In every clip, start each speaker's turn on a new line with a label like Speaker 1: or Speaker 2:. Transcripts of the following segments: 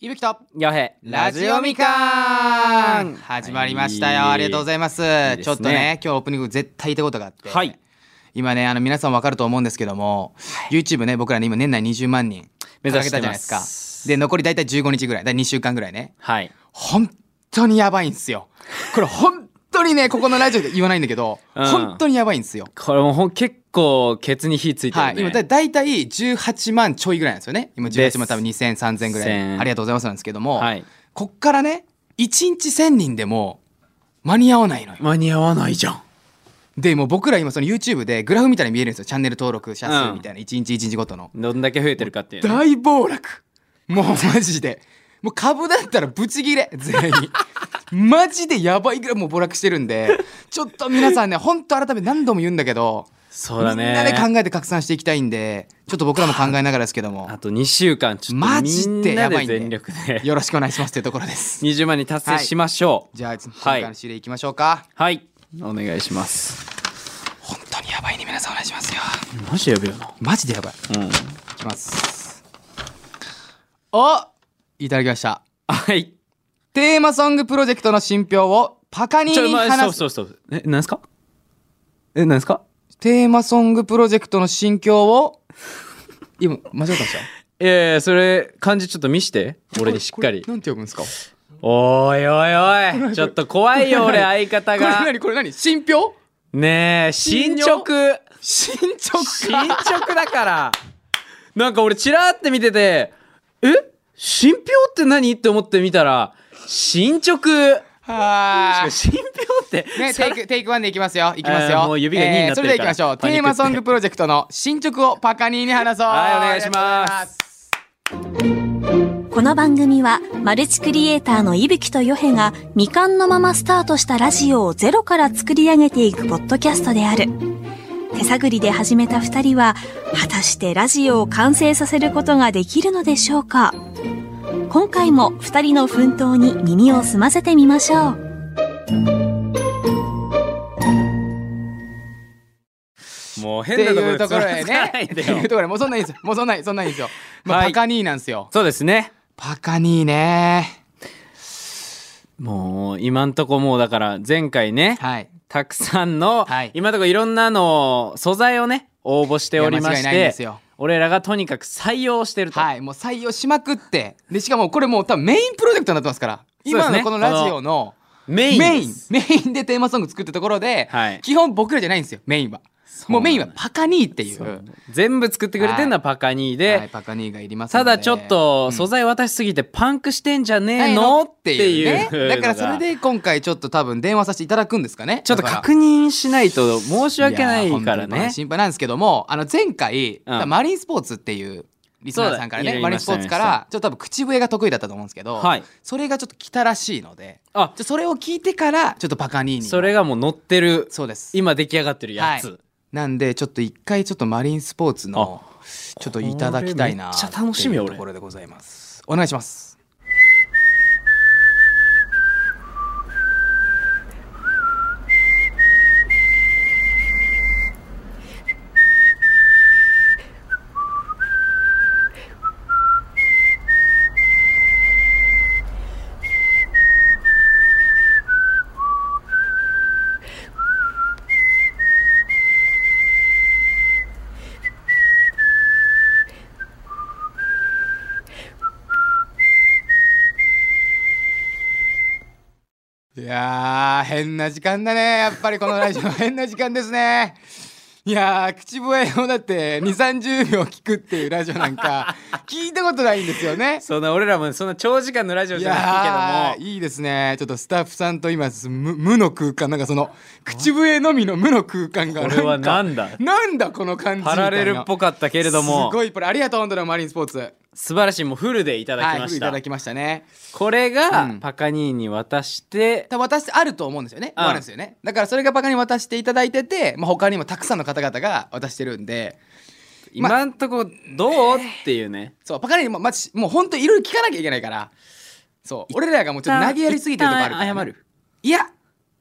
Speaker 1: いぶきと
Speaker 2: やへ
Speaker 1: ラジオみかん始まりましたよ、
Speaker 2: はい
Speaker 1: ありがとうございます
Speaker 2: ですね
Speaker 1: ちょっとね今日オープニング絶対言いたいことがあって、
Speaker 2: はい
Speaker 1: 今ねあの皆さん分かると思うんですけども、YouTube ね僕らね今年内20万人
Speaker 2: 目指
Speaker 1: 掲げた
Speaker 2: して
Speaker 1: じゃない
Speaker 2: ま
Speaker 1: ですすかで残り大体15日ぐらいだ2週間ぐらいね
Speaker 2: はい
Speaker 1: 本当にやばいんですよこれ本当にねここのラジオで言わないんだけど、
Speaker 2: うん
Speaker 1: 本当にやばいんですよ
Speaker 2: これもほん結構ケツに火ついて
Speaker 1: は
Speaker 2: る
Speaker 1: い、
Speaker 2: ね、
Speaker 1: 今だ大体18万ちょいぐらいなんですよね今
Speaker 2: です
Speaker 1: 18万多分20003000ぐらい
Speaker 2: 1000
Speaker 1: ありがとうございますなんですけども、
Speaker 2: はい
Speaker 1: こっからね1日1000人でも間に合わないのよ
Speaker 2: 間に合わないじゃん
Speaker 1: でもう僕ら今その YouTube でグラフみたいに見えるんですよチャンネル登録者数みたいな、1日1日ごとの
Speaker 2: どんだけ増えてるかっていうね、
Speaker 1: 大暴落もうマジでもう株だったらブチギレ全員 マジでやばいぐらいもう暴落してるんでちょっと皆さんね本当改めて何度も言うんだけど
Speaker 2: そうだね
Speaker 1: みんなで考えて拡散していきたいんでちょっと僕らも考えながらですけども
Speaker 2: あと2週間ちょっと
Speaker 1: マ
Speaker 2: み
Speaker 1: ジ
Speaker 2: ん
Speaker 1: で
Speaker 2: な
Speaker 1: やば
Speaker 2: で
Speaker 1: いんで
Speaker 2: 全力で
Speaker 1: よろしくお願いしますというところです
Speaker 2: 20万人達成しましょう
Speaker 1: じゃあ今回の資料いきましょうか、
Speaker 2: はい、お願いします
Speaker 1: 本当にやばいね皆さんお願いしますよ
Speaker 2: マジでやべえよな
Speaker 1: マジでやばい
Speaker 2: うん
Speaker 1: いきますおいただきました
Speaker 2: はい
Speaker 1: テーマソングプロジェクトの信標をパカニー
Speaker 2: ちょ
Speaker 1: に
Speaker 2: まあそう
Speaker 1: 話す
Speaker 2: そうそうえなんですかえなんですか
Speaker 1: テーマソングプロジェクトの心境を今間違えたんですよ
Speaker 2: えー、それ漢字ちょっと見して俺にしっかり
Speaker 1: これなんて呼ぶんですか
Speaker 2: おいおい おいちょっと怖いよ
Speaker 1: これ
Speaker 2: 俺相
Speaker 1: こ
Speaker 2: 方
Speaker 1: れ
Speaker 2: が
Speaker 1: 何これ何信標
Speaker 2: ねえ進捗
Speaker 1: 進捗
Speaker 2: 進捗だからなんか俺チラーって見ててえ信憑って何って思って見たら進捗
Speaker 1: はーい
Speaker 2: 信憑って
Speaker 1: ね、
Speaker 2: さ
Speaker 1: テイク、テイクワンでいきますよ。いきます
Speaker 2: え
Speaker 1: よ。
Speaker 2: ーもう指が二になってる
Speaker 1: それではいきましょう。
Speaker 2: パ
Speaker 1: テ
Speaker 2: ニック
Speaker 1: ーマソングプロジェクトの進捗をパカニーに話そう。
Speaker 2: はいお願いします
Speaker 1: ありがとうございす。
Speaker 3: この番組はマルチクリエイターの伊吹とヨヘが未完のままスタートしたラジオをゼロから作り上げていくポッドキャストである手探りで始めた二人は果たしてラジオを完成させることができるのでしょうか今回も二人の奮闘に耳を澄ませてみましょう
Speaker 2: もう
Speaker 1: っ
Speaker 2: 変
Speaker 1: て
Speaker 2: なところ
Speaker 1: い
Speaker 2: で
Speaker 1: うところでね
Speaker 2: つまら。ない
Speaker 1: って い
Speaker 2: で
Speaker 1: うと
Speaker 2: よ
Speaker 1: ころでもうそんないいんですよ。もうそんない、そんないいんですよ。まあ、
Speaker 2: はい
Speaker 1: パカニーなんですよ。
Speaker 2: そうですね
Speaker 1: パカニーね。
Speaker 2: もう今んとこもうだから前回ね
Speaker 1: はい。
Speaker 2: たくさんの、
Speaker 1: はい
Speaker 2: 今んとこいろんなの素材をね応募しておりま
Speaker 1: いや間違い
Speaker 2: し
Speaker 1: ないんで
Speaker 2: て
Speaker 1: すよ
Speaker 2: 俺らがとにかく採用してると、
Speaker 1: はい。もう採用しまくって。で、しかもこれもう多分メインプロジェクトになってますから。今
Speaker 2: そう
Speaker 1: の
Speaker 2: ですね
Speaker 1: このラジオの
Speaker 2: メイン
Speaker 1: メイ
Speaker 2: で
Speaker 1: ン
Speaker 2: す、
Speaker 1: メインでテーマソング作ったところで
Speaker 2: はい、
Speaker 1: 基本僕らじゃないんですよ、メインは。
Speaker 2: そう
Speaker 1: もうメインはパカニーっていう。
Speaker 2: 全部作ってくれてるのはパカニーで、
Speaker 1: はい、パカニーがいりますの
Speaker 2: た
Speaker 1: で
Speaker 2: だちょっと素材渡しすぎてパンクしてんじゃねえの、っていう
Speaker 1: ねだからそれ
Speaker 2: のが
Speaker 1: で今回ちょっと多分電話させていただくんですかね
Speaker 2: ちょっと
Speaker 1: だから
Speaker 2: 確認しないと申し訳ないから
Speaker 1: や本当
Speaker 2: ね
Speaker 1: に心配なんですけどもあの前回、
Speaker 2: うん
Speaker 1: マリンスポーツっていうリスナーさんから
Speaker 2: そう
Speaker 1: ね
Speaker 2: だ
Speaker 1: マリンスポーツか
Speaker 2: 言いま
Speaker 1: らちょっと多分口笛が得意だったと思うんですけど、
Speaker 2: はい
Speaker 1: それがちょっと来たらしいので
Speaker 2: あ
Speaker 1: じゃそれを聞いてからちょっとパカニーニ
Speaker 2: それがもう乗ってる
Speaker 1: そうです
Speaker 2: 今出来上がってるやつ、
Speaker 1: はいなんでちょっと一回ちょっとマリンスポーツのちょっといただきたいな
Speaker 2: これめっちゃ楽しみよ
Speaker 1: っていうところでございますお願いしますいやー変な時間だねやっぱりこのラジオ変な時間ですねいやー口笛をだって2 3 0秒聞くっていうラジオなんか聞いたことないんですよね
Speaker 2: そんな俺らもそんな長時間のラジオ
Speaker 1: い
Speaker 2: じゃな
Speaker 1: や
Speaker 2: いけ
Speaker 1: ー
Speaker 2: ども
Speaker 1: いいですねちょっとスタッフさんと今無無の空間なんかその口笛のみの無の空間が
Speaker 2: こ
Speaker 1: なんか
Speaker 2: れはなんだ
Speaker 1: なんだこの感じみた
Speaker 2: パ
Speaker 1: いな
Speaker 2: ラレルっぽかったけれども
Speaker 1: すごいこれありがとう本当にマリンスポーツ
Speaker 2: 素晴らしいもうフルでいただき
Speaker 1: は
Speaker 2: ま
Speaker 1: いい
Speaker 2: した,、
Speaker 1: ただきましたね
Speaker 2: これが、
Speaker 1: うん
Speaker 2: パカニーに渡して
Speaker 1: 多分私あると思うんですよね、
Speaker 2: うん
Speaker 1: あるんですよねだからそれがバカに渡していただいてて、まあ、他にもたくさんの方々が渡してるんで
Speaker 2: 今んとこどうっていうね
Speaker 1: そうバカにも,、まあ、しもう本当いろいろ聞かなきゃいけないからそう俺らがもうちょっと投げやりすぎてるとこあるから、
Speaker 2: 一旦謝る
Speaker 1: いや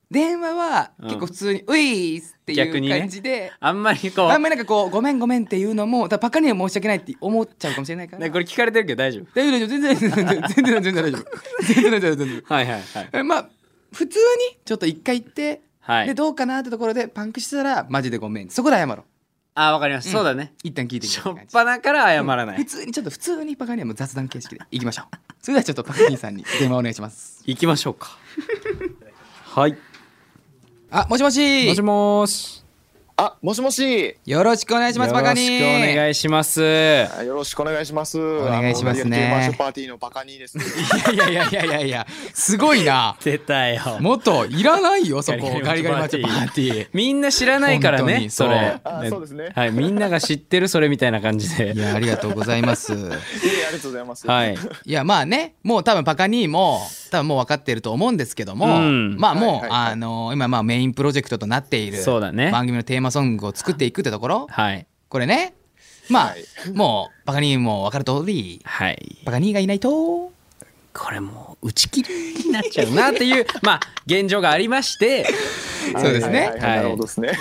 Speaker 1: 電話は
Speaker 2: うん
Speaker 1: 結構普通に「ういーす」って
Speaker 2: 逆
Speaker 1: い
Speaker 2: に
Speaker 1: う
Speaker 2: ね
Speaker 1: 感じで、
Speaker 2: あんまりこ
Speaker 1: あん
Speaker 2: う
Speaker 1: まりなんかこう「ごめんごめん」っていうのもだからパカには申し訳ないって思っちゃうかもしれないから
Speaker 2: ねこれ聞かれてるけど大丈夫
Speaker 1: 大丈夫大丈夫全然全然全然全然大丈夫全然大丈夫全然大丈
Speaker 2: はいはいはい
Speaker 1: 夫えまあ普通にちょっと一回行って、
Speaker 2: はい
Speaker 1: でどうかなってところでパンクしてたらマジでごめんそこで謝ろう
Speaker 2: あわかります、そうだね
Speaker 1: 一旦聞いてみ
Speaker 2: してょっぱなから謝らない、
Speaker 1: 普通にちょっと普通にパカにはもう雑談形式で行きましょうそれではちょっとパカニーさんに電話お願いします
Speaker 2: 行きましょうかはい
Speaker 1: あもしもし
Speaker 2: もしもーし
Speaker 4: あ、もしもし。
Speaker 1: よろしくお願いしますパカニー
Speaker 2: よろしくお願いしますいや
Speaker 4: あよろしくお願いします。お
Speaker 1: 願いしますね
Speaker 4: マッシュパーティーのバカニ ーです。
Speaker 1: いやいやいやいやいやすごい な
Speaker 2: 出たよ
Speaker 1: もっといらないよそこガ
Speaker 2: ガ
Speaker 1: リ
Speaker 2: リ
Speaker 1: ガ
Speaker 2: ガ
Speaker 1: リ
Speaker 2: リ
Speaker 1: マッチョパ
Speaker 2: マッチョパ
Speaker 1: ー
Speaker 2: ー
Speaker 1: ティー
Speaker 2: みんな知らないから
Speaker 1: 本当に
Speaker 2: ねそれ
Speaker 4: そうあそうですね
Speaker 2: はいみんなが知ってるそれみたいな感じで
Speaker 1: いやありがとうございます
Speaker 4: いえいえありがとうございます。
Speaker 2: はい。
Speaker 1: いやまあねもう多分パカニーも多分もう分かってると思うんですけども、
Speaker 2: うん
Speaker 1: まあもう、
Speaker 4: はいはいはい
Speaker 1: あの今まあメインプロジェクトとなっている
Speaker 2: そうだね
Speaker 1: 番組のテーマソングを作っていくってところ
Speaker 2: はい
Speaker 1: これねまあ、
Speaker 4: はい
Speaker 1: もうパカニーも分かる通り
Speaker 2: はい
Speaker 1: パカニーがいないと
Speaker 2: これもう打ち切りになっちゃうなっていうまあ現状がありまして
Speaker 4: はい
Speaker 1: そうですね
Speaker 4: はい
Speaker 2: は
Speaker 4: はいはい
Speaker 2: い
Speaker 4: なるほどですね。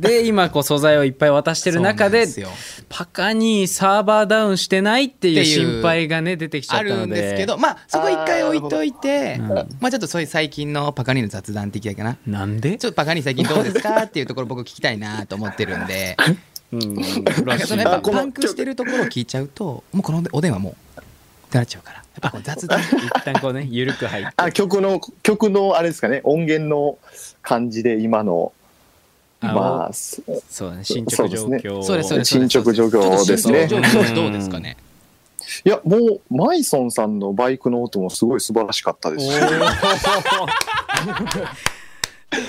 Speaker 2: で今こう素材をいっぱい渡してる中で
Speaker 1: そうなんですよ
Speaker 2: パカにサーバーダウンしてないってい
Speaker 1: っ
Speaker 2: う
Speaker 1: ていう
Speaker 2: 心配がね出てきちゃ
Speaker 1: あ
Speaker 2: ったので
Speaker 1: るんですけどまあそこ一回置いといて、
Speaker 2: うん
Speaker 1: まあちょっとそういう最近のパカニーの雑談的だけな
Speaker 2: なんで
Speaker 1: ちょっとパカニー最近どうですかっていうところ僕聞きたいなと思ってるんで
Speaker 2: うん
Speaker 1: なんかそのやっ
Speaker 4: あ
Speaker 1: ぱ
Speaker 4: この
Speaker 1: パンクしてるところを聞いちゃうともうこのお電話もうってなっちゃうからやっぱこう雑談
Speaker 2: 一旦こうね緩く入って
Speaker 4: あ、曲の曲のあれですかね。音源の感じで今の
Speaker 2: あ
Speaker 4: まあす
Speaker 2: そうだね進捗状況を
Speaker 1: そうですそうです
Speaker 4: 進捗状況ですね
Speaker 1: ちょっと進捗状況どうですかね
Speaker 4: いやもうマイソンさんのバイクの音もすごい素晴らしかったですし。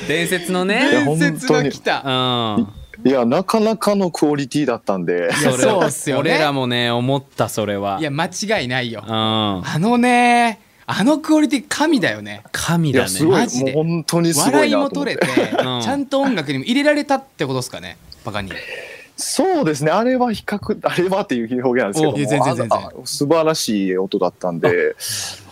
Speaker 2: 伝説の
Speaker 4: い
Speaker 2: ね
Speaker 4: や本当に
Speaker 1: 伝説が来
Speaker 2: う
Speaker 1: た
Speaker 2: ん
Speaker 4: いやなかなかのクオリティだったんで。
Speaker 1: いや
Speaker 2: れ
Speaker 1: そうっすよね
Speaker 2: 俺らもね思ったそれはい
Speaker 1: や間違いないよ
Speaker 2: うん
Speaker 1: あのねあのクオリティ神だよね
Speaker 2: 神
Speaker 4: い
Speaker 2: だ
Speaker 4: や
Speaker 2: ね
Speaker 4: すご
Speaker 1: マ
Speaker 4: い
Speaker 1: ジ
Speaker 4: も
Speaker 1: で
Speaker 4: う本当にすごいなと思っ
Speaker 1: 笑い
Speaker 4: て。
Speaker 1: も取れて
Speaker 2: うん
Speaker 1: ちゃんと音楽にも入れられたってことですかねバカに
Speaker 4: そうですね、あれは比較、あれはっていう表現なんですけど
Speaker 1: お
Speaker 4: も
Speaker 1: いや全然全然
Speaker 4: あのあ素晴らしい音だったんで、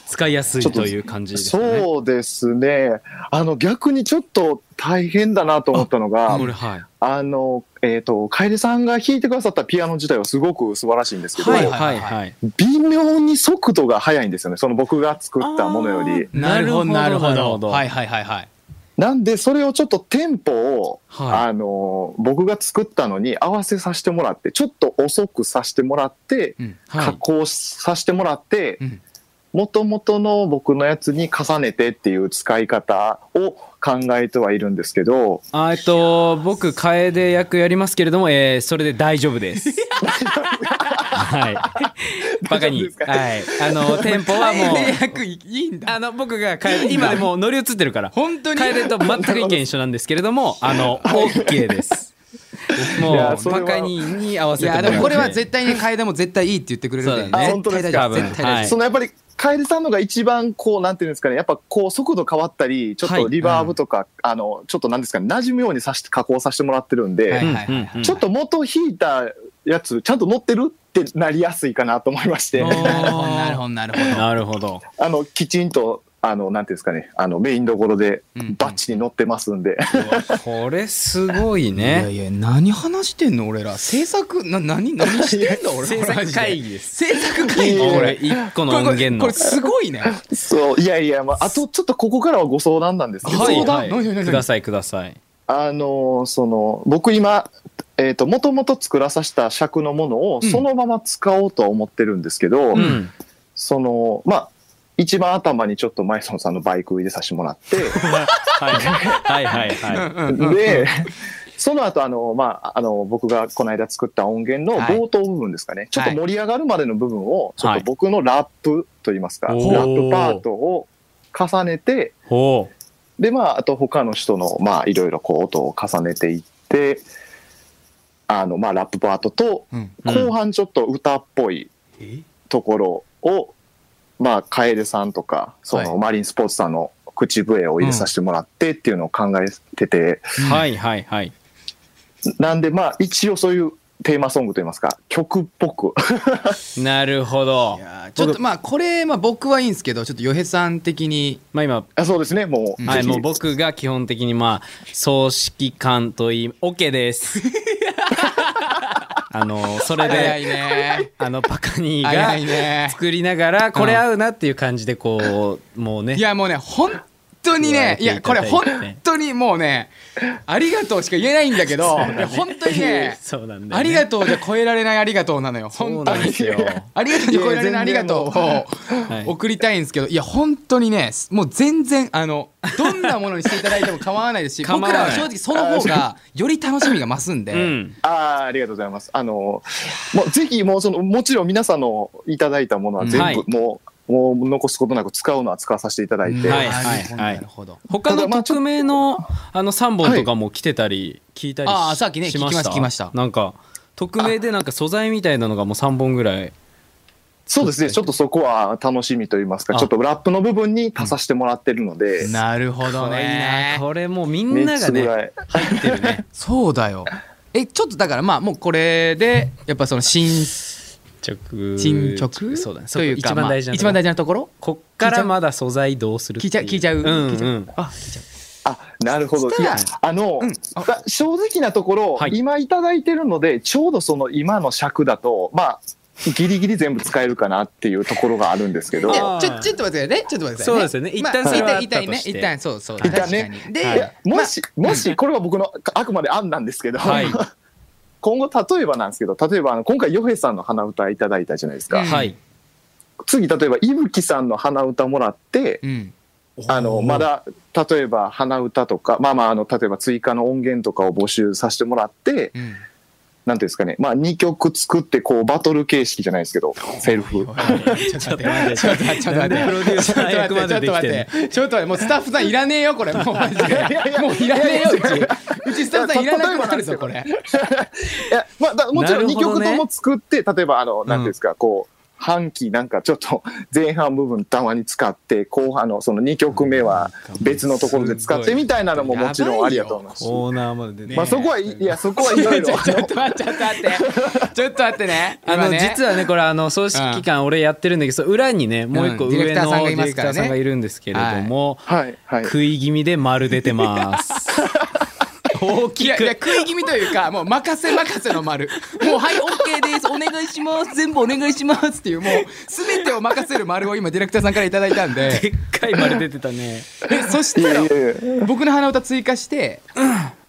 Speaker 2: 使いやすいという感じですね
Speaker 4: そうですね、あの逆にちょっと大変だなと思ったのが、
Speaker 2: これはい
Speaker 4: あの、えっ、と、楓さんが弾いてくださったピアノ自体はすごく素晴らしいんですけど、
Speaker 2: はいはいはい
Speaker 4: 微妙に速度が速いんですよね、その僕が作ったものより。
Speaker 1: なるほどな
Speaker 2: な
Speaker 1: る
Speaker 2: る
Speaker 1: ほ
Speaker 2: ほど
Speaker 1: どは
Speaker 2: はい
Speaker 1: はいはいはい
Speaker 4: なんで、それをちょっとテンポを、
Speaker 2: はい
Speaker 4: あの、僕が作ったのに合わせさせてもらって、ちょっと遅くさせてもらって、
Speaker 1: うん
Speaker 2: はい
Speaker 4: 加工させてもらって、
Speaker 1: うん
Speaker 4: 元々の僕のやつに重ねてっていう使い方を考えてはいるんですけど、
Speaker 2: あえっと僕楓役やりますけれども、えー、それで大丈夫です。はい。バカに。はい。あのテンポ はもう
Speaker 1: 大役いいんだ
Speaker 2: あの僕が楓今でもう乗り移ってるから。
Speaker 1: 本当に
Speaker 2: 楓と全く意見一緒なんですけれどもあの OK です。も
Speaker 4: いや
Speaker 2: う
Speaker 4: それは
Speaker 2: バカにに合わ
Speaker 1: い
Speaker 2: せてもら
Speaker 1: や
Speaker 2: う
Speaker 1: でもこれは絶対に楓も絶対いいって言ってくれるんだよ
Speaker 2: そうだ
Speaker 1: ね
Speaker 4: ねあ本当ですか
Speaker 1: 絶対大丈夫絶対大
Speaker 2: はい
Speaker 4: そのやっぱり楓さんのが一番こうなんていうんですかねやっぱこう速度変わったりちょっ
Speaker 2: はい
Speaker 4: とリバーブとか、あのちょっとなんですかね馴染むようにさして加工させてもらってるんで、
Speaker 1: 丈夫
Speaker 2: い
Speaker 1: はいはいはいはい
Speaker 4: ちょっと元引いたやつちゃんと乗ってるってなりやすいかなと思いまして
Speaker 2: おー
Speaker 1: なるほどなるほどなるほど
Speaker 2: なるほど。
Speaker 4: あのきちんとあのなんていうんですかねあのメインどころで
Speaker 1: うんうん
Speaker 4: バッチリ乗ってますんで、
Speaker 2: これすごい
Speaker 1: いや
Speaker 2: ね。
Speaker 1: いや何話してんの俺ら制作な何何してんの俺
Speaker 2: 制
Speaker 1: らマ
Speaker 2: 作
Speaker 1: ジ
Speaker 2: 会議です。
Speaker 1: 制作会議
Speaker 4: いやいや
Speaker 2: こ
Speaker 1: こ
Speaker 2: れ
Speaker 1: れ
Speaker 2: 一個の音源の。
Speaker 1: これこれすごいね
Speaker 4: そういやいや、まあ、あとちょっとここからはご相談なんですけど、
Speaker 1: はい相談
Speaker 2: い
Speaker 1: 何何何
Speaker 2: くださいください。
Speaker 4: あのその僕今えーともともと作らさせた尺のものを
Speaker 1: うん
Speaker 4: そのまま使おうとは思ってるんですけど、
Speaker 2: うん。
Speaker 4: そのまあ一番頭にちょっとマイソンさんのバイク入れさせてもらって、
Speaker 2: はいはいはいは
Speaker 4: でその後あのまああの僕がこの間作った音源の
Speaker 1: はい
Speaker 4: 冒頭部分ですかね、ちょっと盛り上がるまでの部分をちょっ
Speaker 2: は
Speaker 4: と
Speaker 2: い
Speaker 4: 僕のラップといいますか、
Speaker 2: おー
Speaker 4: ラップパートを重ねて
Speaker 2: い。ほう。
Speaker 4: でまああと他の人のまあいろいろこう音を重ねていってあのまあラップパートと
Speaker 1: うん
Speaker 4: 後半ちょっと歌っぽいところを、まあ楓さんとかそ
Speaker 1: はい
Speaker 4: のマリンスポーツさんの口笛を入れさせてもらってっていうのを考えてて、
Speaker 2: はいはいはい。
Speaker 4: なんでまあ一応そういうテーマソングといいますか曲っぽく
Speaker 2: なるほど
Speaker 1: いやーちょっとまあこれ、まあ、僕はいいんですけどちょっとヨヘさん的に
Speaker 2: まあ今
Speaker 4: あそうですねもう,、
Speaker 2: はいもう僕が基本的にまあ総指揮官といい OK です あのそれ
Speaker 1: 早
Speaker 2: で
Speaker 1: いね
Speaker 2: あのパカニー
Speaker 1: 早い
Speaker 2: が
Speaker 1: ね
Speaker 2: 作りながらこれ合うなっていう感じでこうもうね
Speaker 1: いやもうね本当にねい
Speaker 2: 加えて
Speaker 1: や
Speaker 2: いた
Speaker 1: これ
Speaker 2: だいて
Speaker 1: 本当にもうねありがとうしか言えないんだけどいや本当にね
Speaker 2: そうなんだよね
Speaker 1: ありがとうじゃ超えられないありがとうなのよ
Speaker 2: そう
Speaker 1: 本
Speaker 2: な
Speaker 1: 当
Speaker 2: んで
Speaker 1: に
Speaker 2: すよ
Speaker 1: ありがとうじゃ超えられないありがとうを
Speaker 2: はい
Speaker 1: 送りたいんですけどいや本当にねもう全然あのどんなものにしていただいても構わないですし
Speaker 2: 構わな
Speaker 1: 僕
Speaker 2: い
Speaker 1: らは正直その方がより楽しみが増すんで、
Speaker 2: うん
Speaker 4: あーありがとうございますあのもうぜひもうそのもちろん皆さんのいただいたものは全
Speaker 2: はい
Speaker 4: 部もう,、もう残すことなく使うのは使わさせていただいて、
Speaker 2: はい
Speaker 1: なるほどなるほど
Speaker 2: 他の
Speaker 4: ただまあちょ
Speaker 2: 匿名のあの3本とかも来てたり聞いたりし
Speaker 1: ああさっきね
Speaker 2: しまし
Speaker 1: 聞
Speaker 2: た
Speaker 1: きました聞きました
Speaker 2: なんか匿名でなんか素材みたいなのがもう3本ぐらい
Speaker 4: そうですねちょっとそこは楽しみと言いますか
Speaker 2: あ
Speaker 4: ちょっとラップの部分に足させてもらってるので、
Speaker 1: なるほどね
Speaker 2: これもうみん
Speaker 4: 3
Speaker 2: なが
Speaker 4: つぐ
Speaker 2: ね
Speaker 4: らい
Speaker 2: 入ってるね
Speaker 1: そうだよえちょっとだからまあもうこれでやっぱその進
Speaker 2: 直
Speaker 1: 進捗
Speaker 2: そうだねそ
Speaker 1: と
Speaker 2: こ
Speaker 1: いうか
Speaker 2: 一番大事
Speaker 1: まあ
Speaker 2: なとこ
Speaker 1: 一番大事なところ
Speaker 2: こっからまだ素材どうするっ
Speaker 1: 聞
Speaker 2: て
Speaker 1: いちゃう聞いちゃう
Speaker 2: うんうん
Speaker 1: あ
Speaker 4: あなるほ
Speaker 1: そ
Speaker 4: ど
Speaker 1: し
Speaker 4: い
Speaker 1: たら
Speaker 4: やあの、
Speaker 1: うん
Speaker 4: だ正直なところ、
Speaker 2: はい
Speaker 4: 今いただいてるのでちょうどその今の尺だとまあギリギリ全部使えるかなっていうところがあるんですけど
Speaker 1: で
Speaker 2: い
Speaker 1: ち
Speaker 2: や
Speaker 1: ょちょっと待ってくださいねちょっと待ってくださいね
Speaker 2: そうですよね一旦それは
Speaker 1: ま
Speaker 2: あ
Speaker 1: あ
Speaker 2: っ
Speaker 1: 一
Speaker 2: た
Speaker 1: 旦
Speaker 2: と
Speaker 1: ね
Speaker 2: して
Speaker 1: 一旦そうそう
Speaker 4: 一旦
Speaker 1: 確
Speaker 4: ね
Speaker 1: かにで
Speaker 2: はい
Speaker 4: いやもし、もしこれは僕のああくまで案なんですけど、
Speaker 2: はい
Speaker 4: 今後例えばなんですけど例えばあの今回ヨヘさんの鼻歌いただいたじゃないですか、
Speaker 1: うん
Speaker 2: はい
Speaker 4: 次例えば伊吹さんの鼻歌もらって、
Speaker 1: うん
Speaker 4: あのまだ例えば鼻歌とかまあまああの例えば追加の音源とかを募集させてもらって
Speaker 1: うん
Speaker 4: なんていうんですかねまあ2曲作ってこうバトル形式じゃないですけどセルフ
Speaker 1: ちょっと待って、ちょっと待って、ちょっと待って、
Speaker 2: なんでプロデューサー役まで
Speaker 1: ちょっと待って、ちょっと待って、もうスタッフさんいらねえよ、これ、もうマジ で、もういらねえよ、うち、うちスタッフさんいらなくなるぞ、これ。
Speaker 4: いや、まあ、だもちろん
Speaker 2: なる
Speaker 4: 2
Speaker 2: ほど
Speaker 4: 曲
Speaker 2: ね
Speaker 4: とも作って、例えば、あの、なんていうんですか、こう、半期なんかちょっと前半部分たまに使って、後半のその2曲目は別のところで使ってみたいなのももちろんありだと思いますし。
Speaker 2: コーナーまで出て
Speaker 4: まあそこはい、いや、そこはい ろ い
Speaker 1: ち
Speaker 4: ろ
Speaker 1: ょ。っと待って、ちょっと待って、ちょっと待ってね、
Speaker 2: あの実
Speaker 1: は、
Speaker 2: はねこれあの総指揮官俺やってるんだけどその裏にねもう一個
Speaker 1: うん
Speaker 2: 上の
Speaker 1: ディ
Speaker 2: デ
Speaker 1: レクターさんがい
Speaker 2: ィ
Speaker 1: ま
Speaker 2: レ
Speaker 1: す
Speaker 2: ク
Speaker 1: か
Speaker 2: タ
Speaker 1: ら
Speaker 2: ー
Speaker 1: ね
Speaker 2: さんがいるんですけれども
Speaker 4: はい、はい。
Speaker 2: 食い気味で丸出て ます。大
Speaker 1: い
Speaker 2: き
Speaker 1: やいや
Speaker 2: く。
Speaker 1: 食い気味というかもう任せ任せの丸もうはい OK ですお願いします全部お願いしますっていうもう全てを任せる丸を今ディレクターさんからいただいたん
Speaker 2: で
Speaker 1: で
Speaker 2: っかい丸出てたね。
Speaker 1: えそし
Speaker 4: い
Speaker 1: た
Speaker 4: や
Speaker 1: ら
Speaker 4: いやいや
Speaker 1: 僕の鼻歌追加して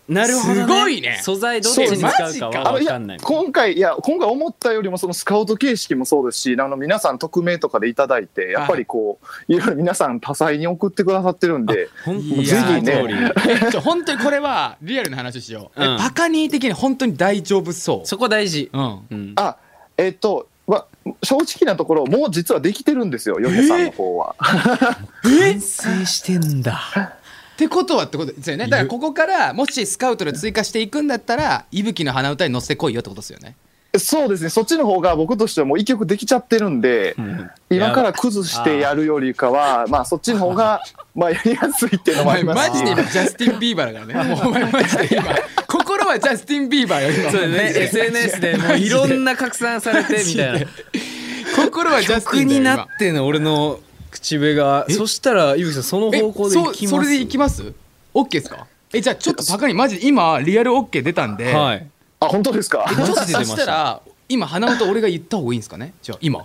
Speaker 2: なるほど、ね。
Speaker 1: すごいね
Speaker 2: 素材どっちに使うか
Speaker 4: あ
Speaker 2: は
Speaker 4: のい
Speaker 2: 分か
Speaker 4: や
Speaker 2: んない。
Speaker 4: 今回いや今回思ったよりもそのスカウト形式もそうですしあの皆さん匿名とかでいただいてやっぱりこういろいろ皆さん多彩に送ってくださってるんで
Speaker 2: 本
Speaker 1: い
Speaker 4: や
Speaker 2: 当にその通り。
Speaker 1: えちょ本当にこれはリアルな話しよう、え
Speaker 2: うん
Speaker 1: バカニー的に本当に大丈夫そう
Speaker 2: そこ大事。
Speaker 1: うん
Speaker 2: うん。
Speaker 4: あえっ、と、ま、正直なところもう実はできてるんですよヨヘさんの方は、
Speaker 2: 完成してんだ。
Speaker 1: ってことはってことですよねだからここからもしスカウトで追加していくんだったらいぶきの鼻歌に乗せてこいよってことですよね
Speaker 4: そうですねそっちの方が僕としてはもう一曲できちゃってるんで、今から崩してやるよりかはまあそっちの方がまあやりやすいっていうの
Speaker 1: お
Speaker 4: もあ
Speaker 1: 前
Speaker 4: ります
Speaker 1: マ
Speaker 4: し
Speaker 1: ジで今ジャスティン・ビーバーだからねも うお前マジで今心はジャスティン・ビーバーよ今
Speaker 2: そう ね。SNS でもういろんな拡散されてみたいな。
Speaker 1: 心はジャステ
Speaker 2: 曲
Speaker 1: ィンだ
Speaker 2: に
Speaker 1: よ
Speaker 2: なってんの俺の口笛が。そしたらゆうきさんその
Speaker 1: 今
Speaker 2: 方向でいき
Speaker 1: え
Speaker 2: ます。
Speaker 1: そそれでいきます OK ですかえじゃあちょっとバカニーマジで今リアル OK 出たんで、
Speaker 2: はい。
Speaker 4: あ本当ですか
Speaker 1: ちょっと
Speaker 2: マジで出ま
Speaker 1: そ
Speaker 2: した
Speaker 1: したら今鼻歌俺が言った方がいいんですかねじゃあ今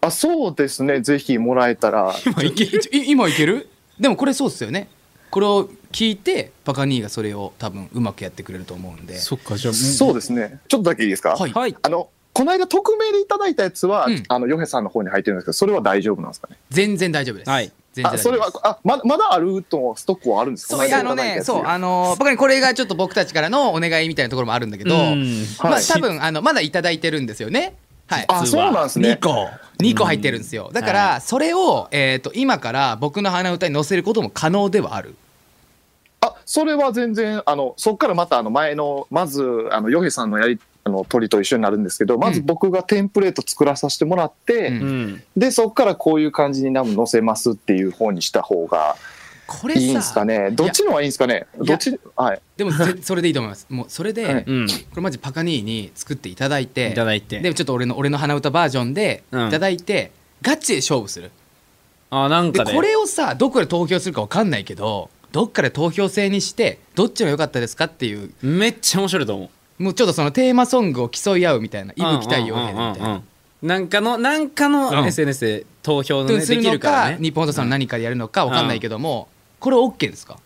Speaker 4: あそうですねぜひもらえたら
Speaker 1: 今いけ今いけるでもこれそうっすよねこれを聞いてバカ兄がそれを多分うまくやってくれると思うんで
Speaker 2: そっかじゃあ
Speaker 4: そうですねちょっとだけいいですか、
Speaker 1: はい
Speaker 2: はい。
Speaker 4: あのこの間匿名でいただいたやつは、
Speaker 1: うん
Speaker 4: あのヨヘさんの方に入ってるんですけどそれは大丈夫なんですかね
Speaker 1: 全然大丈夫です、
Speaker 2: はい
Speaker 1: 全然大丈夫
Speaker 4: あ
Speaker 1: です
Speaker 4: それはあままだあるとストックはあるんですか
Speaker 1: そういやあのねそうあのバカ兄これがちょっと僕たちからのお願いみたいなところもあるんだけど、
Speaker 2: うん
Speaker 1: まあ
Speaker 4: はい
Speaker 1: 多分あのまだいただいてるんですよねはい
Speaker 4: あそうなんですね
Speaker 1: 2個2個入ってるんですよだから、
Speaker 2: は
Speaker 1: それを、えー、と今から僕の鼻歌に載せることも可能ではある
Speaker 4: あそれは全然あのそこからまたあの前のまずあのヨヘさんのやりあの鳥と一緒になるんですけどまず僕がテンプレート作らさせてもらって、
Speaker 1: うん
Speaker 2: うん。
Speaker 4: でそこからこういう感じに多分載せますっていう方にした方が
Speaker 2: これさ
Speaker 4: いいんすかねどっちの方がいいんすかね
Speaker 1: や
Speaker 4: どっちはい
Speaker 1: でも ぜそれでいいと思いますもうそれで、
Speaker 4: はい
Speaker 1: こ
Speaker 2: うんい
Speaker 1: れマジパカニーに作っていただいて
Speaker 2: ただいて
Speaker 1: でちょっと俺の俺の鼻歌バージョンでい
Speaker 2: うん
Speaker 1: ただいて、ガチで勝負する
Speaker 2: あなん
Speaker 1: で
Speaker 2: かね
Speaker 1: これをさどこで投票するか分かんないけどどっかで投票制にしてどっちが良かったですかっていう
Speaker 2: めっちゃ面白いと思う
Speaker 1: もうちょっとそのテーマソングを競い合うみたいな「いぶきたいよ」みたい
Speaker 2: うんうんうんう。
Speaker 1: なん
Speaker 2: なんかのなんか
Speaker 1: う
Speaker 2: の
Speaker 1: ん
Speaker 2: SNS で投票の、
Speaker 1: ど
Speaker 2: ね
Speaker 1: うす
Speaker 2: で
Speaker 1: る
Speaker 2: きる
Speaker 1: の
Speaker 2: か
Speaker 1: から
Speaker 2: ね
Speaker 1: 日本放送の何かでやるのか分かんないけども、これ OK ですか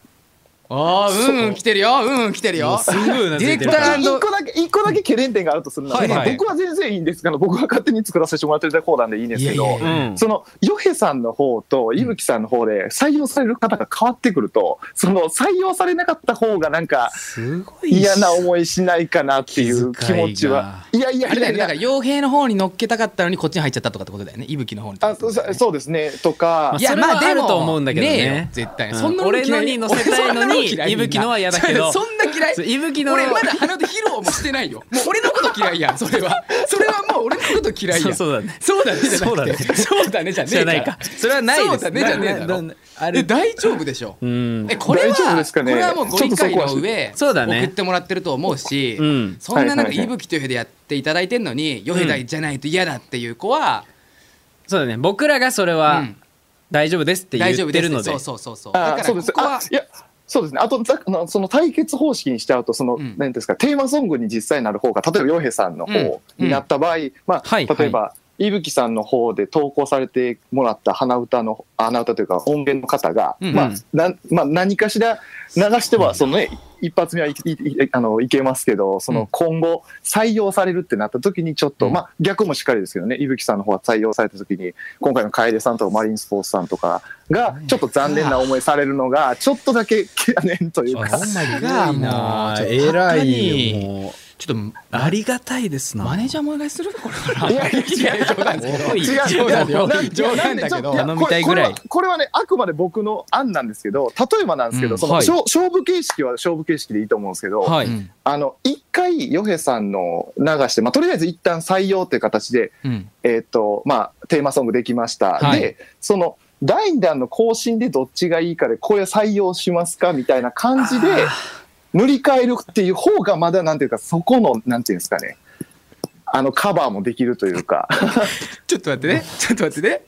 Speaker 1: ああうんうん来てるようんうん来てる
Speaker 2: もう
Speaker 1: よ
Speaker 2: すごいな
Speaker 1: ディレクタ
Speaker 2: あ
Speaker 1: ー
Speaker 4: 一個だけ一個だけ懸念点があるとするなら、
Speaker 1: はい
Speaker 2: はい
Speaker 4: 僕は全然いいんですけど僕は勝手に作らせてもらってる方なんでいいんですけど
Speaker 1: いやいやいや
Speaker 2: うん
Speaker 4: そのヨヘさんの方と伊吹さんの方で採用される方が変わってくるとその採用されなかった方がなんか
Speaker 2: すごい
Speaker 4: 嫌な思いしないかなっていう
Speaker 2: 気
Speaker 4: 気
Speaker 2: 遣いが
Speaker 4: 持ちはいやいや
Speaker 1: あれ
Speaker 4: い
Speaker 1: だ
Speaker 4: や
Speaker 1: よね
Speaker 4: い
Speaker 1: なん
Speaker 4: や
Speaker 1: か傭兵の方に乗っけたかったのにこっちに入っちゃったとかってことだよね伊吹の方に
Speaker 4: あそそうですねとか
Speaker 2: まあそれはあると思うんだけどね
Speaker 1: えよ絶対、
Speaker 2: うん
Speaker 1: そんな嫌い
Speaker 2: 俺のに乗せたいのに
Speaker 1: 俺そんな嫌い
Speaker 2: 伊吹のは嫌だけど
Speaker 1: そんな嫌い
Speaker 2: そう伊吹の
Speaker 1: 俺まだ鼻で披露もしてない よもう俺のこと嫌いやんそれはそれはもう俺のこと嫌いやん
Speaker 2: そうそうだね
Speaker 1: そうだねじゃ
Speaker 2: そうだ
Speaker 1: な
Speaker 2: ね
Speaker 1: くてそうだねじゃね
Speaker 2: じ
Speaker 1: え
Speaker 2: ゃ
Speaker 1: か
Speaker 2: な
Speaker 1: ら
Speaker 2: いかそれはないです
Speaker 1: そうだねじゃねえだろ
Speaker 2: ななあ
Speaker 1: え
Speaker 2: れ
Speaker 1: 大丈夫でしょ
Speaker 2: うん
Speaker 1: えこれは
Speaker 4: 大丈夫ですかね
Speaker 1: これはもうご理解の上
Speaker 2: ちょっとそこはそうだね
Speaker 1: 送ってもらってると思うし、
Speaker 2: うん
Speaker 1: そんななんか
Speaker 4: はいはいはい
Speaker 1: 伊吹という兵でやっていただいてんのにヨヘダイじゃないと嫌だっていう子は、
Speaker 2: そうだね僕らがそれ
Speaker 1: う
Speaker 2: は
Speaker 1: ん
Speaker 2: 大丈夫ですって言
Speaker 1: 大
Speaker 2: っ
Speaker 1: 丈夫
Speaker 2: て
Speaker 1: で
Speaker 2: る
Speaker 1: す
Speaker 2: ので
Speaker 1: そうそうそうそうだ
Speaker 4: あ
Speaker 1: か
Speaker 4: そ
Speaker 1: ら
Speaker 4: う
Speaker 1: こ
Speaker 4: です
Speaker 1: こは
Speaker 4: あいやそうですねあとざあのその対決方式にしちゃうとその、
Speaker 1: うん
Speaker 4: なんですかテーマソングに実際になる方が例えば洋平さんの方
Speaker 1: うん
Speaker 4: になった場合、まあ、
Speaker 2: はい
Speaker 4: 例えば、伊吹さんの方で投稿されてもらった鼻歌のあ鼻歌というか音源の方が、
Speaker 1: うん
Speaker 4: まあなんまあ、何かしら流してはその、ね、一発目はいいいあのいけますけどそうの
Speaker 1: ん
Speaker 4: 今後採用されるってなった時にちょっと、
Speaker 1: うん
Speaker 4: まあ、逆もしっかりですけどね伊吹さんの方が採用された時に今回の楓さんとかマリンスポーツさんとかがちょっと残念な思いされるのがちょっとだけ懸念というか。
Speaker 1: 偉いな
Speaker 2: あ
Speaker 1: ちょっと
Speaker 2: ー偉い
Speaker 1: に
Speaker 2: よもう
Speaker 1: ちょっと
Speaker 2: ありがたいですな
Speaker 1: マネージャーもお願いするこれから
Speaker 4: いやいやいや
Speaker 1: 冗談ですけど
Speaker 2: おい
Speaker 4: 違う
Speaker 1: 冗談だよ
Speaker 4: なん
Speaker 1: 冗談だけど
Speaker 4: いや
Speaker 2: 頼みたいぐ
Speaker 4: これ
Speaker 2: らい
Speaker 4: これはこれはねあくまで僕の案なんですけど例えばなんですけど、
Speaker 1: うん
Speaker 4: その
Speaker 2: はい
Speaker 4: 勝勝負形式は勝負形式でいいと思うんですけど、
Speaker 2: はい、
Speaker 1: うん
Speaker 4: あの一回ヨヘさんの流して、まあ、とりあえず一旦採用という形で、
Speaker 1: うん
Speaker 4: えーとまあ、テーマソングできました、
Speaker 1: はい
Speaker 4: でその第2弾の更新でどっちがいいかでこれ採用しますかみたいな感じで塗り替えるっていう方がまだなんていうかそこのなんていうんですかねあのカバーもできるというか
Speaker 1: ちょっと待ってねちょっと待って ね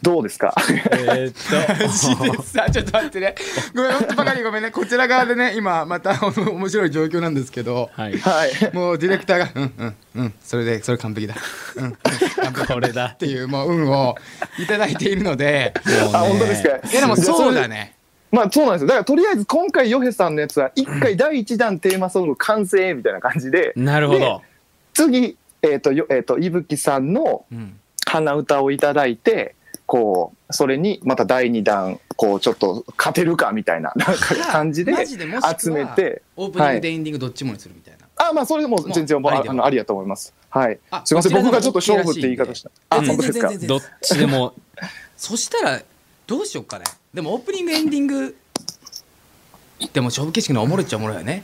Speaker 4: どうですか
Speaker 2: え ーっと
Speaker 1: マジでさちょっと待ってねごめん本当ばかりごめんねこちら側でね今またおも面白い状況なんですけど
Speaker 2: はい
Speaker 4: はい。
Speaker 1: もうディレクターが「うんうんうんそれでそれ完璧だ」うんうん完璧
Speaker 2: これだ
Speaker 1: っていうもう運をいただいているので
Speaker 2: もうね
Speaker 4: あ、本当ですか。
Speaker 1: いやでもそうだ
Speaker 4: ね。
Speaker 1: ね
Speaker 4: まあ、そうなんですよ。だから、とりあえず、今回、ヨヘさんのやつは、一回第一弾テーマソング完成みたいな感じで。
Speaker 2: なるほど
Speaker 4: 次、えっ、と、よえっ、と、いぶきさんの
Speaker 1: うん
Speaker 4: 鼻歌をいただいて。こう、それに、また第二弾、こう、ちょっと勝てるかみたいな、なんか感じで
Speaker 1: マ。ジでもしくは
Speaker 4: 集めて
Speaker 1: オープニングでエンディングどっちもにするみたいな
Speaker 4: あ、まあ、それでも、全然、
Speaker 1: もう
Speaker 4: も
Speaker 1: あり
Speaker 4: うあ
Speaker 1: で
Speaker 4: あの、ありやと思います。はい
Speaker 1: あ。
Speaker 4: すみません、
Speaker 1: こちらの
Speaker 4: 僕がちょっと
Speaker 1: 方
Speaker 4: 勝
Speaker 1: が
Speaker 4: 負って言い方した。あ、
Speaker 1: 大きいらしいんで
Speaker 4: 本当ですか
Speaker 1: 全然全。然
Speaker 2: どっちで も
Speaker 1: そしたらどうしようかねでもオープニングエンディングでも勝負景色のおもろいっちゃおもろいよね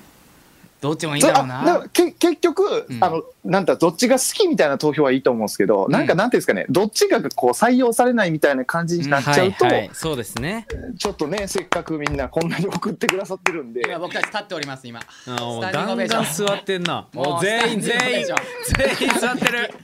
Speaker 1: どっちもいいん
Speaker 4: そう
Speaker 1: だ
Speaker 4: あ
Speaker 1: ろう
Speaker 4: だか
Speaker 1: な
Speaker 4: らけ結局、
Speaker 1: うん
Speaker 4: あのなんだどっちが好きみたいな投票はいいと思うんですけど、なんかなんていうんですかねどっちがこう採用されないみたいな感じになっちゃうと、
Speaker 2: はいはい、そうですね
Speaker 4: ちょっとねせっかくみんなこんなに送ってくださってるんで
Speaker 1: 今僕たち立っております今ス
Speaker 2: あもう
Speaker 1: タンディング
Speaker 2: ガ
Speaker 1: オベー
Speaker 2: ン
Speaker 1: シ
Speaker 2: ガン
Speaker 1: ョン
Speaker 2: 座ってんな
Speaker 1: もう
Speaker 2: もう全員
Speaker 1: スタンディングオベー
Speaker 2: 全員
Speaker 1: ショ
Speaker 2: 全員座ってる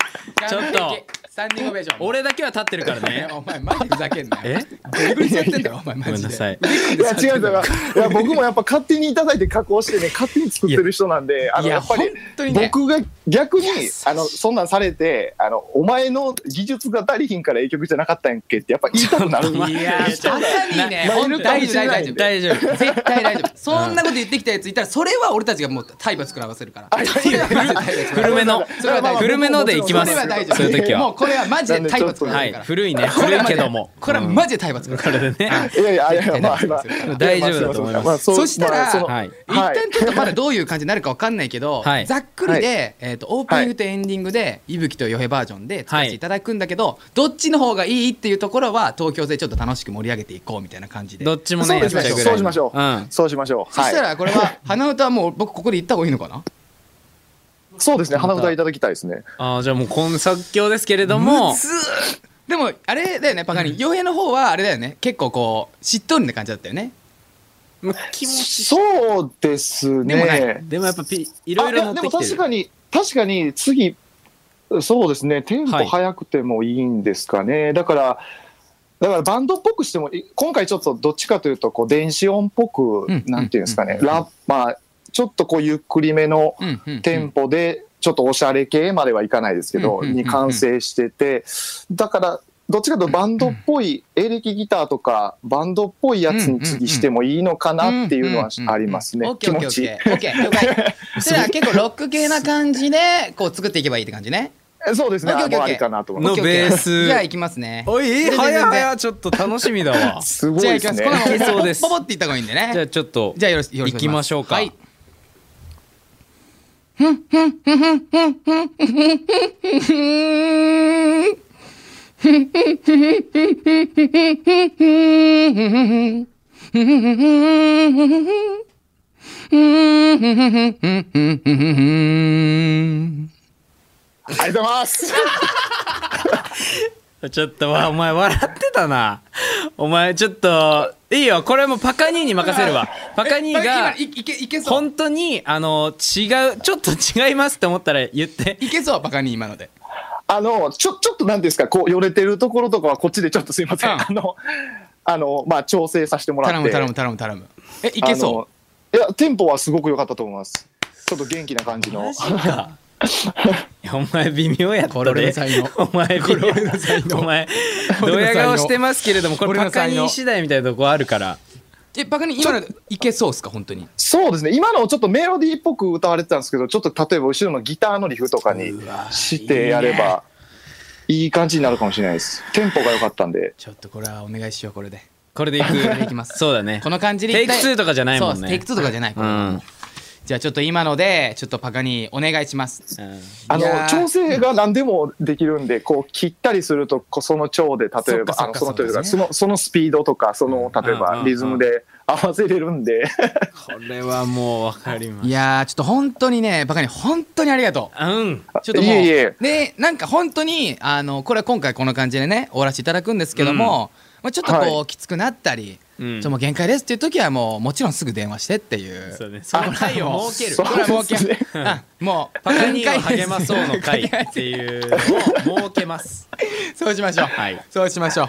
Speaker 2: ちょっと
Speaker 1: スタンディングオベーション
Speaker 2: 俺だけは立ってるから
Speaker 1: い
Speaker 2: ね
Speaker 1: やお前マジふざけんなよ
Speaker 2: え
Speaker 1: ゴリゴリやってんだよお前マジ
Speaker 2: ご
Speaker 1: で
Speaker 2: めんなさい
Speaker 4: いや違うんだよいや僕もやっぱ勝手にいただいて加工してね勝手に作ってる人なんであ
Speaker 1: い
Speaker 4: のや
Speaker 1: や
Speaker 4: っぱ
Speaker 1: 本
Speaker 4: り。
Speaker 1: 当にね
Speaker 4: 僕が逆にあのそんなんされてあのお前の技術が足りひんから影曲じゃなかったんやっけってやっぱ言 いたくなる
Speaker 2: いやーちょ
Speaker 1: ま
Speaker 2: っ
Speaker 1: さにね
Speaker 4: な
Speaker 1: 本当大丈夫大丈
Speaker 2: と
Speaker 1: 夫
Speaker 2: 大丈夫
Speaker 1: 絶対大丈夫そんなこと言ってきたやついたらそれは俺たちがもう体罰食らわせるから
Speaker 4: あいやいや
Speaker 2: 古めの
Speaker 1: それは大丈夫
Speaker 2: 古めのでいきます
Speaker 1: それは大丈夫
Speaker 2: そういう時は
Speaker 1: もうこれはマジで体罰食らわ
Speaker 2: は
Speaker 1: せる
Speaker 2: い
Speaker 1: から
Speaker 2: 古いね古いけども
Speaker 1: これはマジで体罰食らわせるから
Speaker 2: うんこれでね
Speaker 4: いやいやいやいやまあまあ
Speaker 2: 大丈夫だと思います
Speaker 4: あそう
Speaker 1: そしたら
Speaker 4: まあその
Speaker 2: はい
Speaker 1: 一旦ちょっとまだどういう感じになるかわかんないけど、
Speaker 2: はい
Speaker 1: ざっくりで、えー、とオープニングとエンディングで「いぶきとよへバージョン」で作っていただくんだけど、どっちの方がいいっていうところは東京でちょっと楽しく盛り上げていこうみたいな感じで
Speaker 2: どっちも
Speaker 4: そ
Speaker 2: ね
Speaker 4: う
Speaker 2: や
Speaker 4: で
Speaker 2: っ
Speaker 4: す
Speaker 2: ちゃ
Speaker 4: ね
Speaker 2: うぐらい
Speaker 4: そうしましょう、
Speaker 2: うん
Speaker 4: そうしましょう
Speaker 1: そした
Speaker 4: はい、
Speaker 1: らこれは鼻歌はもう僕ここで言った方がいいのかな
Speaker 4: そうですね鼻歌いただきたいですね
Speaker 2: あーじゃあもう今作況ですけれども
Speaker 1: むずでもあれだよねパカニン洋平の方はあれだよね結構こうしっとりな感じだったよね
Speaker 2: まあ、気持ち
Speaker 4: そうです
Speaker 1: でもない
Speaker 4: ね。
Speaker 2: でもやっぱピいろいろ
Speaker 4: あ
Speaker 2: 乗
Speaker 4: や
Speaker 2: って
Speaker 4: で
Speaker 2: き
Speaker 4: も
Speaker 2: てる
Speaker 4: 確かに、確かに次、そうですね、テンポ
Speaker 2: はい
Speaker 4: 速くてもいいんですかね。だから、だからバンドっぽくしても、い今回ちょっとどっちかというと、こう、電子音っぽく、
Speaker 1: うん
Speaker 4: なんていうんですかね、
Speaker 1: うん
Speaker 4: ラッまあ、ちょっとこう、ゆっくりめの
Speaker 1: うんうんうん
Speaker 4: テンポで、ちょっとおしゃれ系まではいかないですけ
Speaker 1: うんう
Speaker 4: ど、
Speaker 1: んうんうん
Speaker 4: に完成してて、だから、どっちかというとバンドっぽい、エレキギターとか、バンドっぽいやつに次してもいいのかなっていうのはありますね
Speaker 1: オッ、ケ
Speaker 4: 気
Speaker 1: ーオッケ
Speaker 4: 持
Speaker 1: ーオ
Speaker 4: ち。
Speaker 1: ッケーオッケー了 解それは結構ロック系な感じでこう作っていけばいいって感じね
Speaker 4: そうですね。
Speaker 1: オッケー
Speaker 4: あ
Speaker 1: オッケーオッ
Speaker 4: もうあ
Speaker 1: ケー
Speaker 4: りかなと思い
Speaker 2: の
Speaker 4: ま
Speaker 1: オッケーオッケー
Speaker 2: ベース
Speaker 1: じゃあ行きますね
Speaker 2: おい
Speaker 1: 全然
Speaker 2: 早い
Speaker 1: 全然
Speaker 2: 早いちょっと楽しみだわ
Speaker 4: す。すごい
Speaker 1: じゃあ行
Speaker 4: で
Speaker 1: きますすこの
Speaker 4: ね。
Speaker 1: まま
Speaker 2: いけそうです
Speaker 1: ポポポっていった方がいいんでね
Speaker 2: じゃあちょっと
Speaker 1: じゃあよろしよろしくお願い
Speaker 2: 行きましょうか
Speaker 1: はい
Speaker 4: ありがとうございます。
Speaker 2: ちょっとわお前笑ってたなお前ちょっといいよこれもパカニーに任せるわ パカニーが
Speaker 1: いいけいけそう
Speaker 2: 本当にあの違うちょっと違いますって思ったら言って
Speaker 1: いけそうバカに今ので
Speaker 4: あの、ちょ、ちょっとなんですか、こう、よれてるところとかは、こっちでちょっとすいません。
Speaker 1: うん
Speaker 4: あの、あの、まあ、調整させてもらって。
Speaker 1: 頼む頼む頼む頼むえい
Speaker 4: あの
Speaker 1: けそ
Speaker 4: いや、テンポはすごく良かったと思います。ちょっと元気な感じの。
Speaker 2: かいやお前微妙やった
Speaker 1: これ俺の才能
Speaker 2: お前微
Speaker 1: これ
Speaker 2: 妙
Speaker 1: 俺の才能
Speaker 2: お前
Speaker 1: 俺の才能
Speaker 2: ドヤ顔してますけれどもこれ
Speaker 1: 俺
Speaker 2: パ
Speaker 1: の
Speaker 2: カ
Speaker 1: 才能
Speaker 2: ニー次第みたいなとこあるから
Speaker 1: うえバカに今のでいけそうっすか本当に
Speaker 4: そうですね。今のちょっとメロディーっぽく歌われてたんですけど、ちょっと例えば後ろのギターのリフとかにしてやれば、いい感じになるかもしれないです。テンポが良かったんで。
Speaker 1: ちょっとこれはお願いしようこれで
Speaker 2: これでいく
Speaker 1: れでいきます
Speaker 2: そうだね
Speaker 1: この感じで
Speaker 2: テ
Speaker 1: 一
Speaker 2: イク
Speaker 1: 回
Speaker 2: 2とかじゃないもん
Speaker 1: そう
Speaker 2: ね
Speaker 1: テイク2とかじゃないこ
Speaker 2: う
Speaker 1: れ
Speaker 2: ん
Speaker 1: じゃあちょっと今のでちょっとパカにお願いします
Speaker 2: うん
Speaker 4: あ
Speaker 1: いや
Speaker 4: の
Speaker 1: ー
Speaker 4: 調整が何でもできるんで、こう切ったりすると、こうその調で例えば、
Speaker 1: そ
Speaker 4: あ
Speaker 1: っか
Speaker 4: の
Speaker 1: そ
Speaker 4: その
Speaker 1: っか
Speaker 4: というか、
Speaker 1: そ
Speaker 4: そうのそのスピードとか、その例
Speaker 2: うんうんうんう
Speaker 4: えば
Speaker 2: ん
Speaker 4: リズムで合わせれるんで、
Speaker 2: これはもうわかりま
Speaker 1: い
Speaker 2: し
Speaker 1: やーちょっと本当にねバカに本当にありがとう
Speaker 2: たうん
Speaker 1: ちょっともう
Speaker 4: いえいえ
Speaker 1: ねなんか本当にあのこれは今回この感じでね終わらせていただくんですけども、まあ、ちょっとこう、
Speaker 4: は
Speaker 1: きつくなったり、
Speaker 2: うん
Speaker 1: ちょもう限界ですっていう時はもうもちろんすぐ電話してっていう
Speaker 2: そうね
Speaker 1: そ
Speaker 2: そ
Speaker 1: の
Speaker 2: の
Speaker 1: 会
Speaker 2: 回
Speaker 1: を
Speaker 2: を設ける
Speaker 1: それは
Speaker 4: そうで
Speaker 1: 設
Speaker 4: す
Speaker 1: け
Speaker 4: ね
Speaker 1: る、あもう
Speaker 2: パカニーを
Speaker 1: 限界で
Speaker 2: 励
Speaker 1: す
Speaker 2: まそうの 会っていうのを設けます
Speaker 1: そうしましょう、
Speaker 2: はい
Speaker 1: そうしましょう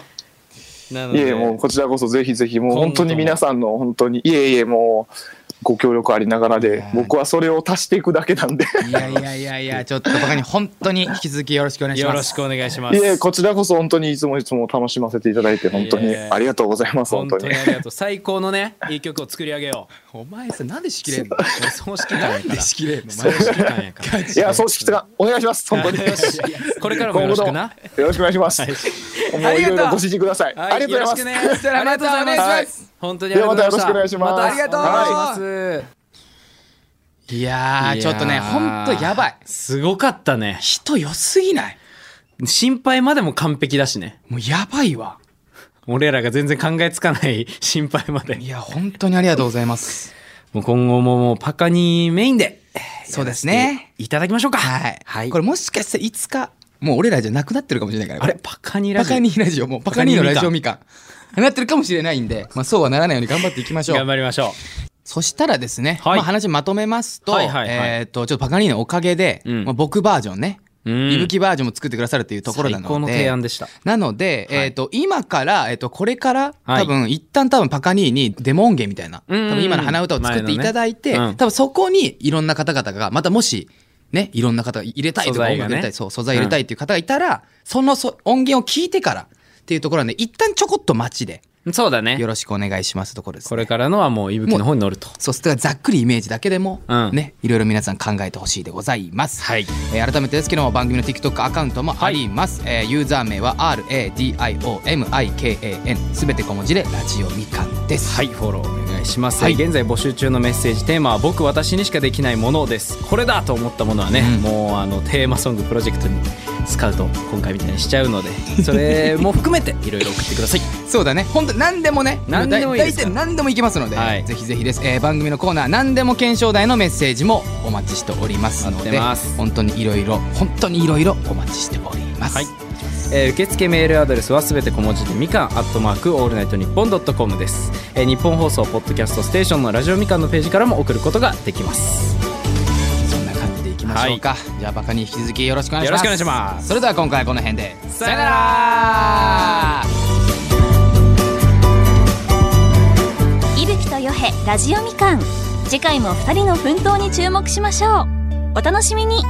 Speaker 2: なの
Speaker 4: いえ
Speaker 2: で
Speaker 4: いえ、もうこちらこそぜひぜひ、もう
Speaker 2: 今後
Speaker 4: 本当に皆さんの本当に、いえいえ、もうご協力ありながら
Speaker 1: い
Speaker 4: で
Speaker 1: や、ー
Speaker 4: 僕はそれを足していくだけなんで、
Speaker 1: いやいやいやいやちょっとバカに本当に引き続きよろしくお願いし
Speaker 2: よ
Speaker 1: ます
Speaker 2: ろしくお願いしま
Speaker 4: い
Speaker 2: す
Speaker 4: え、こちらこそ本当にいつもいつも楽しませていただいて、本当
Speaker 2: いえい
Speaker 4: に
Speaker 2: え
Speaker 4: ありがとうございます、
Speaker 2: 本
Speaker 4: 本当
Speaker 2: 当
Speaker 4: に
Speaker 2: に。ありがとう最高のねいい曲を作り上げよう
Speaker 1: お前さなんで仕切れんの
Speaker 2: 俺葬式感や
Speaker 1: なん
Speaker 2: か
Speaker 1: で
Speaker 2: ら
Speaker 1: 仕切れんのマ
Speaker 2: 葬
Speaker 1: ジで
Speaker 2: 式感やから
Speaker 4: いや、葬式とか、お願いします、本当に。
Speaker 2: よし これからもよろしくな
Speaker 4: よろしくお願いします。もういろいろご指示ください。
Speaker 2: は
Speaker 4: ありがとうございます。
Speaker 2: よろしくね
Speaker 1: ありがとうございます
Speaker 2: ありがとうございます本当にありがとうございました
Speaker 4: ではまたよろしくお願いします
Speaker 2: たありがとうございます、
Speaker 1: いやーちょっとね
Speaker 2: やー
Speaker 1: 本当やばい
Speaker 2: すごかったね
Speaker 1: 人良すぎない
Speaker 2: 心配までも完璧だしね
Speaker 1: もうやばいわ
Speaker 2: 俺らが全然考えつかない心配まで
Speaker 1: いや本当にありがとうございます
Speaker 2: もう今後ももうパカにメインで
Speaker 1: そうですね
Speaker 2: いただきましょうか
Speaker 1: はい、
Speaker 2: はい、
Speaker 1: これもしかしていつかもう俺らじゃなくなってるかもしれないから
Speaker 2: あれパカにラ
Speaker 1: バ
Speaker 2: ジオ
Speaker 1: カにラジオもうバカにのラジオみかんなってるかもしれないんで、まあ、そうはならないように頑張っていきましょ
Speaker 2: 頑
Speaker 1: う
Speaker 2: 張りましょ
Speaker 1: そしたらですね、
Speaker 2: はい
Speaker 1: まあ、話まとめますと,、
Speaker 2: はいはいはい
Speaker 1: えー、とちょっとパカニーのおかげで、
Speaker 2: うん
Speaker 1: まあ、僕バージョンね、
Speaker 2: う、うん
Speaker 1: いぶきバージョンも作ってくださるというところなので
Speaker 2: 最高の提案でした
Speaker 1: なので、
Speaker 2: はい
Speaker 1: えっ、と、今から、えっ、と、これから、
Speaker 2: はい
Speaker 1: 多分、一旦多分パカニーにデモ音源みたいな、
Speaker 2: うんうんうん
Speaker 1: 多分今の鼻歌を作っていただいて、
Speaker 2: 前のねうん
Speaker 1: 多分そこにいろんな方々が、またもし、ね、いろんな方が入れたいと
Speaker 2: 素
Speaker 1: か、
Speaker 2: 材
Speaker 1: 音
Speaker 2: が
Speaker 1: 楽入
Speaker 2: ね
Speaker 1: れたい、そう、素材入れたいっていう方がいたら、そのそ音源を聞いてからっていうところなんで、一旦ちょこっと待ちで、
Speaker 2: そうだね
Speaker 1: よろしくお願いしますところです、ね。
Speaker 2: これからのはもういぶきの方に乗ると
Speaker 1: そうすればざっくりイメージだけでも、
Speaker 2: うん
Speaker 1: ねいろいろ皆さん考えてほしいでございます、
Speaker 2: はい
Speaker 1: えー改めてですけども番組の TikTok アカウントもあります、えーユーザー名は RADIOMIKAN すべて小文字でラジオみかんです
Speaker 2: はいフォローお願いします、
Speaker 1: はい
Speaker 2: 現在募集中のメッセージテーマは僕私にしかできないものですこれだと思ったものはね、
Speaker 1: うん
Speaker 2: もうあのテーマソングプロジェクトに使うと今回みたいにしちゃ うのでそれも含めていろいろ送ってください
Speaker 1: そうだね本当何でもね
Speaker 2: 何でもいいですか
Speaker 1: だ大体何でもいけますので、
Speaker 2: はい
Speaker 1: ぜひぜひです、えー番組のコーナー何でも検証台のメッセージもお待ちしておりますの
Speaker 2: 待っ
Speaker 1: で
Speaker 2: てます
Speaker 1: 本当にいろいろ本当にいろいろお待ちしております、
Speaker 2: はいえー受付メールアドレスはすべて小文字でみかんアットマークオールナイトニッポンドットコムです、えー日本放送ポッドキャストステーションのラジオみかんのページからも送ることができます
Speaker 1: そんな感じでいきましょうか、じゃあバカに引き続きよろしくお願いします
Speaker 2: よろしくお願いします
Speaker 1: それでは今回はこの辺で
Speaker 2: さよなら
Speaker 3: 伊吹とヨヘラジオみかん次回も2人の奮闘に注目しましょうお楽しみに